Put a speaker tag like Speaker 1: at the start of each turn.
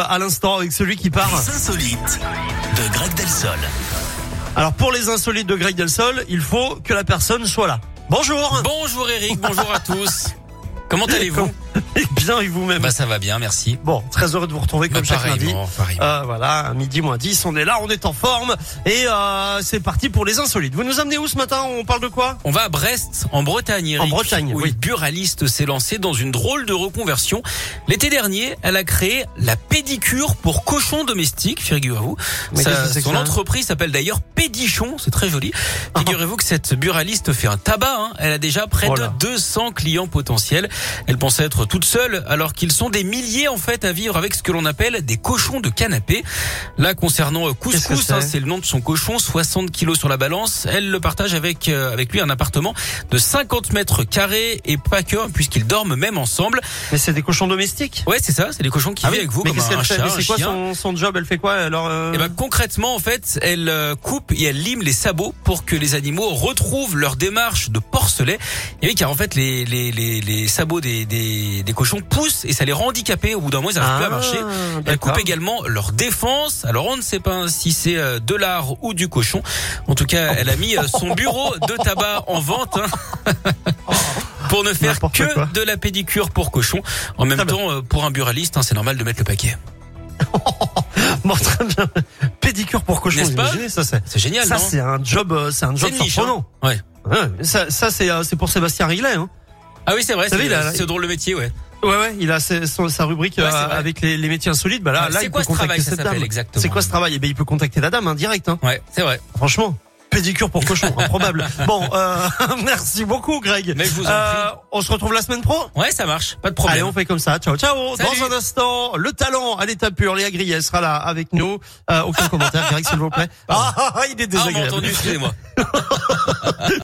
Speaker 1: à l'instant avec celui qui part.
Speaker 2: Les insolites de Greg Delsol.
Speaker 1: Alors pour les insolites de Greg Delsol, il faut que la personne soit là. Bonjour.
Speaker 3: Bonjour Eric, bonjour à tous. Comment allez-vous
Speaker 1: Et bien et vous-même.
Speaker 3: Bah ça va bien, merci.
Speaker 1: Bon, très heureux de vous retrouver comme
Speaker 3: Bah,
Speaker 1: chaque lundi.
Speaker 3: pareillement, pareillement.
Speaker 1: Euh, voilà, à midi moins 10, on est là, on est en forme et euh, c'est parti pour les insolites. Vous nous amenez où ce matin On parle de quoi
Speaker 3: On va à Brest, en Bretagne. Eric,
Speaker 1: En Bretagne,
Speaker 3: où
Speaker 1: oui.
Speaker 3: une buraliste s'est lancée dans une drôle de reconversion. L'été dernier, elle a créé la pédicure pour cochons domestiques, figurez-vous.
Speaker 1: Mais
Speaker 3: Ça-
Speaker 1: qu'est-ce que c'est que
Speaker 3: Son
Speaker 1: ça
Speaker 3: entreprise s'appelle d'ailleurs Pédichon, c'est très joli. Figurez-vous que cette buraliste fait un tabac. hein. Elle a déjà près
Speaker 1: Oh
Speaker 3: de
Speaker 1: là.
Speaker 3: 200 clients potentiels. Elle pensait être toute seule, alors qu'ils sont des milliers en fait à vivre avec ce que l'on appelle des cochons de canapé. Là, concernant euh,
Speaker 1: Qu'est-ce que
Speaker 3: couscous,
Speaker 1: c'est
Speaker 3: hein, c'est le nom de son cochon, 60 kilos sur la balance. Elle le partage avec euh, avec lui un appartement de 50 mètres carrés et pas que, hein, puisqu'ils dorment même ensemble.
Speaker 1: Mais c'est des cochons domestiques.
Speaker 3: Ouais, c'est ça, c'est les cochons qui
Speaker 1: Ah
Speaker 3: vivent
Speaker 1: oui,
Speaker 3: avec vous
Speaker 1: mais
Speaker 3: comme
Speaker 1: qu'est-ce
Speaker 3: un,
Speaker 1: qu'elle fait
Speaker 3: chat,
Speaker 1: Mais
Speaker 3: un
Speaker 1: C'est quoi
Speaker 3: chien.
Speaker 1: son, son job Elle fait quoi Alors euh,
Speaker 3: Et ben concrètement, en fait, elle euh, coupe et elle lime les sabots pour que les animaux retrouvent leur démarche de porcelet. Et oui, car en fait, les, les, les, les sabots des, des, des cochons poussent et ça les rend handicapés. Au bout d'un moment, ils n'arrivent plus à
Speaker 1: ah,
Speaker 3: marcher. Elle
Speaker 1: d'accord.
Speaker 3: coupe Bah, également leur défense. Alors on ne sait pas si c'est euh, de l'art ou du cochon. En tout cas, elle a mis euh, son bureau de tabac en vente hein, pour ne faire
Speaker 1: N'importe
Speaker 3: que
Speaker 1: quoi.
Speaker 3: de la pédicure pour cochon. En même
Speaker 1: Très bien.
Speaker 3: temps, euh, pour un buraliste, hein, c'est normal de mettre le paquet.
Speaker 1: Bon, très bien. Pédicure pour cochons,
Speaker 3: N'est-ce
Speaker 1: vous
Speaker 3: pas
Speaker 1: imaginez ça c'est
Speaker 3: C'est génial,
Speaker 1: ça
Speaker 3: non
Speaker 1: c'est un job, euh, c'est un job
Speaker 3: C'est une niche, hein.
Speaker 1: surprenant.
Speaker 3: Ouais.
Speaker 1: Ouais, ça, ça c'est euh, c'est pour Sébastien Riglet. Hein.
Speaker 3: Ah oui, c'est vrai.
Speaker 1: Vous savez,
Speaker 3: C'est
Speaker 1: il a-
Speaker 3: c'est drôle le métier, ouais.
Speaker 1: Ouais, ouais, il a ses- son- sa rubrique
Speaker 3: Ouais,
Speaker 1: euh,
Speaker 3: c'est vrai.
Speaker 1: avec les, les métiers insolites. Bah là,
Speaker 3: Ouais,
Speaker 1: là
Speaker 3: c'est
Speaker 1: il
Speaker 3: quoi
Speaker 1: peut
Speaker 3: ce travail,
Speaker 1: contacter
Speaker 3: ça
Speaker 1: cette
Speaker 3: s'appelle
Speaker 1: dame.
Speaker 3: exactement
Speaker 1: C'est quoi ce travail Eh ben, il peut contacter la dame, hein, direct. Hein.
Speaker 3: Ouais, c'est vrai.
Speaker 1: Franchement, pédicure pour cochon, improbable. Bon, euh, merci beaucoup, Greg.
Speaker 3: Mais je vous en
Speaker 1: Euh, on se retrouve la semaine pro.
Speaker 3: Ouais, ça marche, pas de
Speaker 1: Allez,
Speaker 3: problème.
Speaker 1: on fait comme ça. Ciao, ciao.
Speaker 3: Salut.
Speaker 1: Dans un instant, le talent à l'état pur, Léa Grillet sera là avec nous. Euh, aucun commentaire, Greg, s'il vous plaît. Ah, il est
Speaker 3: ah, on m'a
Speaker 1: désagréable.
Speaker 3: entendu, excusez-moi.